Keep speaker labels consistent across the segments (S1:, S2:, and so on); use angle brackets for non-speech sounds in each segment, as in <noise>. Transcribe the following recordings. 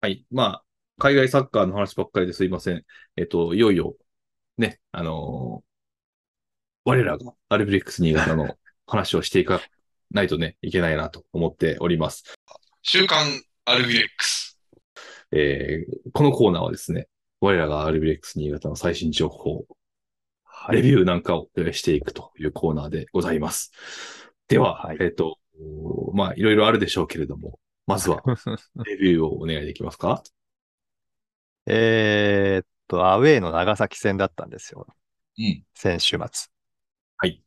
S1: はい。まあ、海外サッカーの話ばっかりですいません。えっと、いよいよ、ね、あのー我らがアルビレックス新潟の話をしていかないとね、いけないなと思っております。
S2: 週刊アルビレックス。
S1: えーこのコーナーはですね、我らがアルビレックス新潟の最新情報、
S3: は
S1: レ
S3: い。
S1: ビューなんかをえーしていくというコーナーでございます。では、
S3: はい
S1: えっ、と、まあ、いろいろあるでしょうけれども、まずは
S2: <laughs>
S1: レビューをお願いできますか
S3: えーっと、アウェイの長崎戦だったんですよ。
S2: うん。
S3: 先週末。
S1: はい。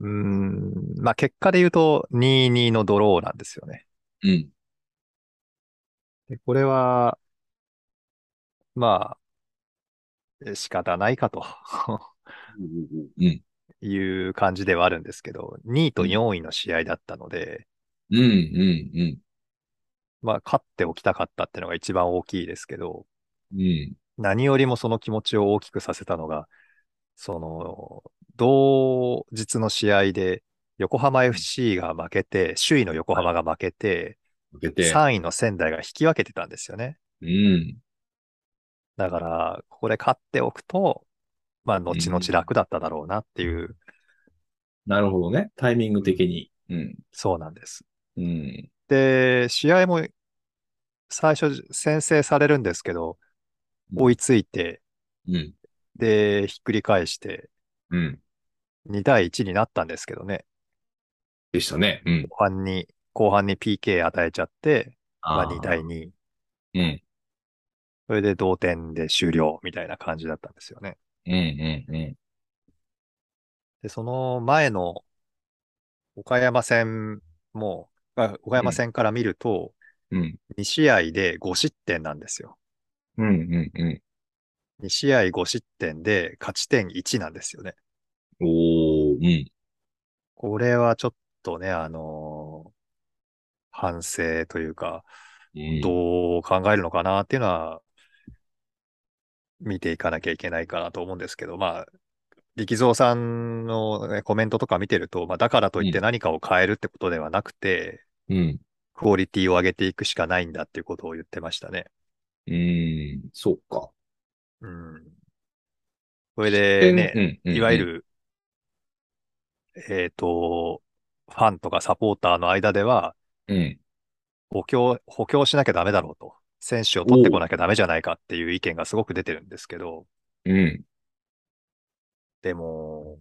S3: うーん、まあ結果で言うと2-2のドローなんですよね。
S2: うん。
S3: で、これは、まあ、え仕方ないかと
S2: うん。
S3: いう感じではあるんですけど、2位と4位の試合だったので、
S2: うん。うん。
S3: まあ勝っておきたかったっていうのが一番大きいですけど、
S2: うん。
S3: 何よりもその気持ちを大きくさせたのが、その、同日の試合で、横浜 FC が負けて、首位の横浜が負けて、
S1: 受けて。
S3: 3位の仙台が引き分けてたんですよね。
S1: うん。
S3: だから、ここで勝っておくと、まあ、後々楽だっただろうなっていう、
S1: なるほどね。タイミング的に。うん。
S3: そうなんです。
S1: うん。
S3: で、試合も最初先制されるんですけど、
S1: うん
S3: 追いついて、
S1: うん。
S3: で、ひっくり返して、
S1: うん。
S3: 2対1になったんですけどね、
S1: でしたね。うん。
S3: 後半に、後半に PK 与えちゃって、まあ、
S1: ー
S3: 2対2。
S1: うん。
S3: それで同点で終了みたいな感じだったんですよね。
S1: うん。うん。うん。
S3: で、その前の岡山戦も、あ岡山戦から見ると、
S1: うん。
S3: 2試合で5失点なんですよ。
S1: うん。うん。うん。
S3: 2試合5失点で勝ち点1なんですよね。
S1: おー。うん。
S3: これはちょっとね、あのー反省というか、
S1: うん
S3: どう考えるのかなっていうのは、見ていかなきゃいけないかなと思うんですけど、まあ、力蔵さんのねコメントとか見てると、まあ、だからといって
S1: うん
S3: 何かを変えるってことではなくて、
S1: うん。
S3: クオリティを上げていくしかないんだっていうことを言ってましたね。
S1: うん。そうか。
S3: うん。それでね、
S1: うん
S3: いわゆ、る、えっと、ファンとかサポーターの間で
S1: う
S3: は、
S1: んうん。
S3: 補強、補強しなきゃダメだろうと。選手を取ってこなきゃダメじゃないかっていう意見がすごく出てるんですけど、
S1: うん。
S3: でも、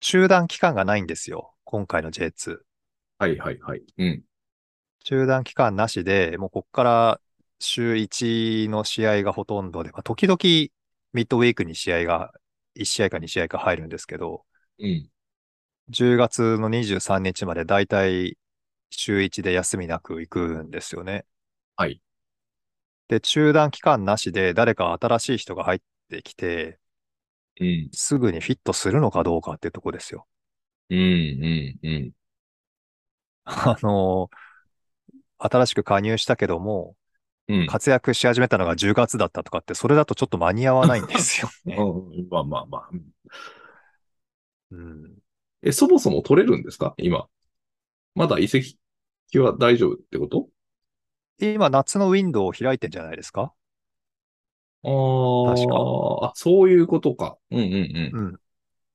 S3: 中断期間がないんですよ。今回の J2。
S1: はいはいはい。うん。
S3: 中断期間なしで、もうこっから週1の試合がほとんどで、まあ、時々ミッドウィークに試合が、1試合か2試合か入るんですけど、
S1: うん。
S3: 10月の23日までだいたい週1で休みなく行くんですよね。
S1: はい。
S3: で、中断期間なしで誰か新しい人が入ってきて、
S1: うん。
S3: すぐにフィットするのかどうかっていうとこですよ。 <laughs>
S1: うん。うん。うん。
S3: あの新しく加入したけども、
S1: うん。
S3: 活躍し始めたのが10月だったとかって、それだとちょっと間に合わないんで
S1: <laughs>
S3: すよね。
S1: うんまあまあまあ。うん
S3: うん。
S1: え、そもそも取れるんですか今。まだ移籍は大丈夫ってこと
S3: 今、夏のウィンドウを開いてんじゃないですか
S1: ああ。
S3: 確
S1: あ、そういうことか。うんうんうん。
S3: うん。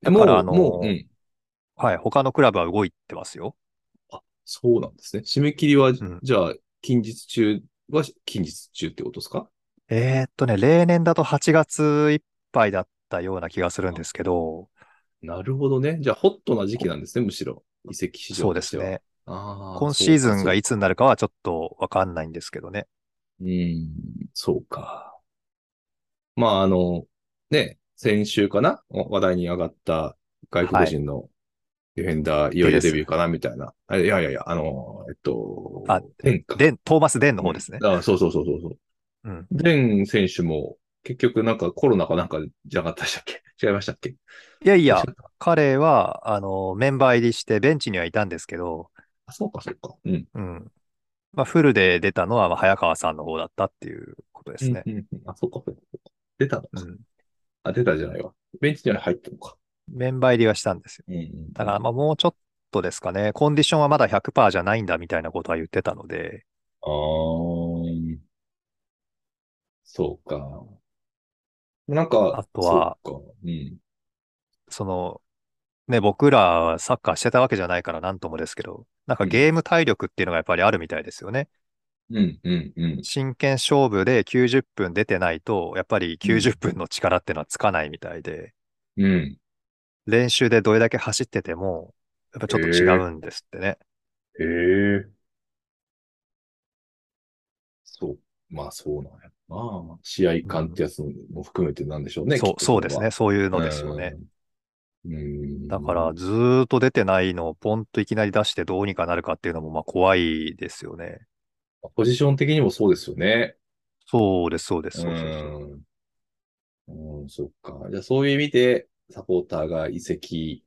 S1: え
S3: だから、あの
S1: もう、もう、うん。
S3: はい、他のクラブは動いてますよ。
S1: そうなんですね。締め切りは、
S3: ん
S1: じゃあ、近日中は、近日中ってことですか
S3: えーっとね、例年だと8月いっぱいだったような気がするんですけど、
S1: なるほどね。じゃあ、ホットな時期なんですね、むしろ。移籍市
S3: そ
S1: 場
S3: うで
S1: とし
S3: す
S1: ては。
S3: ね。
S1: ああ。
S3: 今シーズンがい
S1: つ
S3: つになるかはちょっとわかんないんですけどね。
S1: うん、そうか。まあ、あの、ね、先週かなお話題に上がった外国人のディフェンダー、いよいよデビューかなみたいな。あいやいやいや、あの、えっと、
S3: あ
S1: デンか。
S3: デン、トーマス・デンの方ですね。
S1: あそうそうそうそうそう。
S3: うん。
S1: デン選手も、結局なんかコロナかなんかじゃなかったでしたっけ違いましたっけ
S3: いやい
S1: い
S3: や、彼は、あの、メンバー入りしてベンチにはいたんですけど、
S1: あ、そうかそうか。うん。
S3: うん。まあ、フルで出たのは、まあ、早川さんの方だったっていうことですね
S1: う。んうんうんあ、そうかそうか。出たのか。
S3: うん。
S1: あ、出たじゃないわ。ベンチには入ったのか。
S3: メンバー入りはしたんですよ。
S1: うんうん
S3: だから、まあ、もうちょっとですかね。コンディションはまだ100%じゃないんだみたいなことは言ってたので、
S1: ああーそうか。なんか、
S3: あとは
S1: そうか、うん。
S3: その、ね、僕らはサッカーしてたわけじゃないからなんともですけど、なんかゲーム体力っていうのがやっぱりあるみたいですよね。
S1: うん、うん、うん。
S3: 真剣勝負で90分出てないと、やっぱり90分の力ってのはつかないみたいで、
S1: うん。
S3: 練習でどれだけ走ってても、やっぱちょっと違うんですってね。
S1: ええそう。まあ、そうなんやな。試合感ってやつも含めてなんでしょうね。
S3: そう、
S1: きっと
S3: そうですね。。そういう
S1: これは
S3: のですよね。。
S1: うんうん。
S3: だから、ずーっと出てないのをポンといきなり出してどうにかなるかっていうのも、まあ怖いですよね。
S1: ポジション的にもそうですよね。
S3: そうです、そうです。そうそうそう
S1: うん。うん、そっか。じゃあ、そういう意味で、サポーターが移籍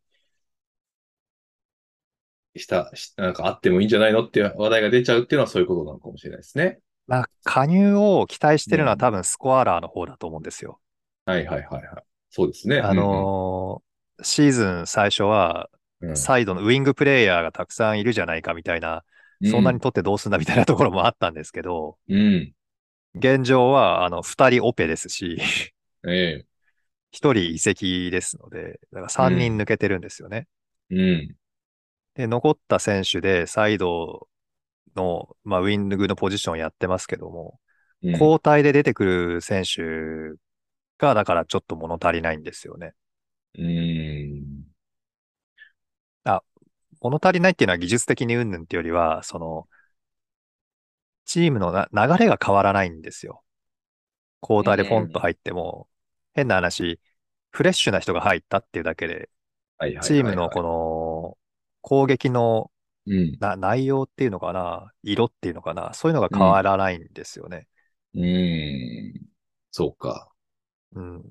S1: した、しなんかあってもいいんじゃないのっていう話題が出ちゃうっていうのはそういうことなのかもしれないですね。
S3: まあ、加入を期待してるの
S1: う
S3: は
S1: ん
S3: 多分スコアラーの方だと思うんですよ。
S1: はいはいはいはい。そうですね。
S3: あのーシーズン最初は、
S1: うんうん、
S3: サイドのウイングプレイヤーがたくさんいるじゃないかみたいな、そんなに取ってどうすんだみたいなところもあったんですけど、
S1: うん。
S3: 現状は、あの、二人オペですし、 <laughs>
S1: うん。え
S3: 一人移籍ですので、だから三人抜けてるんですよね。
S1: え。うん。
S3: で、残った選手で、サイドの、まあ、ウイングのポジションやってますけども、
S1: うん
S3: 交代で出てくる選手が、だからちょっと物足りないんですよね。
S1: うん。
S3: 物足りないっていうのは技術的に云々っていうよりは、その、チームのな流れが変わらないんですよ。交代でポンと入っても、変な話、フレッシュな人が入ったっていうだけで、
S1: はいはいはいはい
S3: チームのこの攻撃の
S1: うん。
S3: な内容っていうのかな、色っていうのかな、そういうのが変わらないんですよね。
S1: うん。そうか。
S3: うん。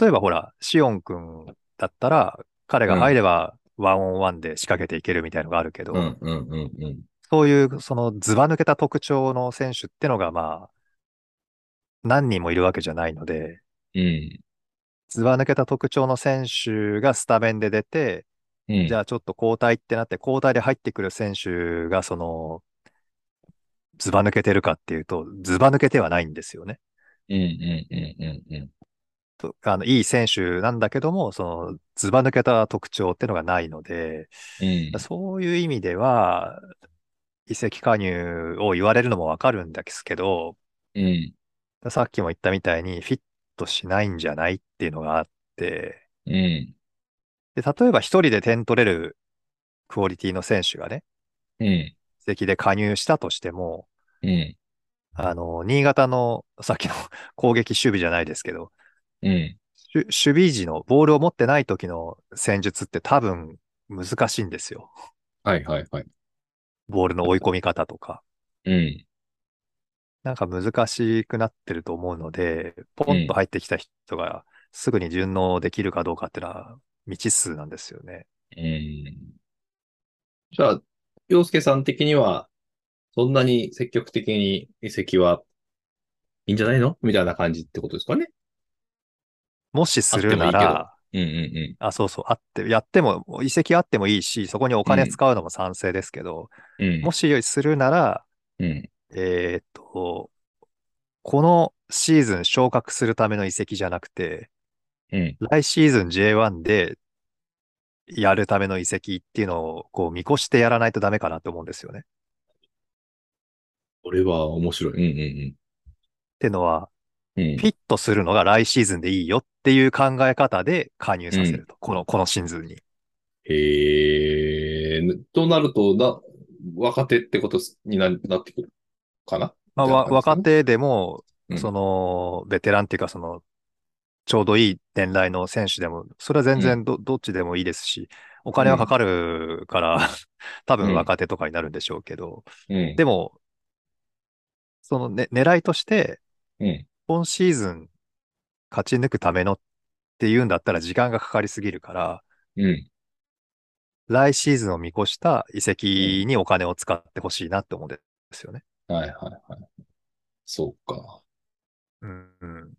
S3: 例えばほら、シオン君だったら、彼が入ればワンオンワンで仕掛けていけるみたいのがあるけど、
S1: うんうんうんうん。
S3: そういう、そのずば抜けた特徴の選手ってのが、まあ、何人もいるわけじゃないので、
S1: うん。
S3: ずば抜けた特徴の選手がスタメンで出て、
S1: うん。
S3: じゃあちょっと交代ってなって、交代で入ってくる選手が、その、ずば抜けてるかっていうと、ずば抜けてはないんですよね。
S1: うんうんうんうんうん。
S3: とあの、いい選手なんだけども、その、ずば抜けた特徴ってのがないので、
S1: うん。
S3: そういう意味では、移籍加入を言われるのもわかるんですけど、
S1: うん。
S3: さっきも言ったみたいに、フィットしないんじゃないっていうのがあって、
S1: うん。
S3: で、例えば一人で点取れるクオリティの選手がね、
S1: うん。
S3: 移籍で加入したとしても、
S1: うん。
S3: あの、新潟の、さっきの <laughs> 攻撃守備じゃないですけど、
S1: うん。
S3: しゅ守備時のボールを持ってない時の戦術って多分難しいんですよ。
S1: はいはいはい。
S3: ボールの追い込み方とか。
S1: うん。
S3: なんか難しくなってると思うので、ポンと入ってきた人がすぐに順応できるかどうかっていうのは未知数なんですよね。
S1: うん。じゃあ、洋介さん的には、そんなに積極的に移籍はいいんじゃないのみたいな感じってことですかね。
S3: もしするな
S1: あってもいいけど
S3: ら、
S1: うんうん
S3: あ、そうそう、あって、やっても、遺跡あってもいいし、そこにお金使うのも賛成ですけど、
S1: うん。うん。
S3: もしするなら、
S1: うん。
S3: えーっと、このシーズン昇格するための移籍じゃなくて、
S1: うん
S3: 来シーズン J1 でやるための移籍っていうのをこう見越してやらないとダメかなと思うんですよね。っ
S1: これは面白い。
S3: てのは、
S1: うんうんうん。うん
S3: フィットするのが来シーズンでいいよっていう考え方で加入させると。この、このシーズンに。
S1: ええとなると、な、若手ってことにな、なってくるかな
S3: まあ、
S1: みたいな
S3: わ
S1: 感じですかね
S3: 若手でも
S1: う、ん
S3: その、ベテランっていうか、その、ちょうどいい年代の選手でも、それは全然ど、どっちでもいいですし、お金はかかるから、 <laughs> 多
S1: うん
S3: 分若手とかになるんでしょうけど、
S1: うん。
S3: でも、そのね、狙いとして、
S1: うん。
S3: 今シーズン勝ち抜くためのっていうんだったら時間がかかりすぎるから、
S1: うん。
S3: 来シーズンを見越した移籍にお金を使ってほしいなって思うんですよね。
S1: はいはいはい。そうか。
S3: うんうん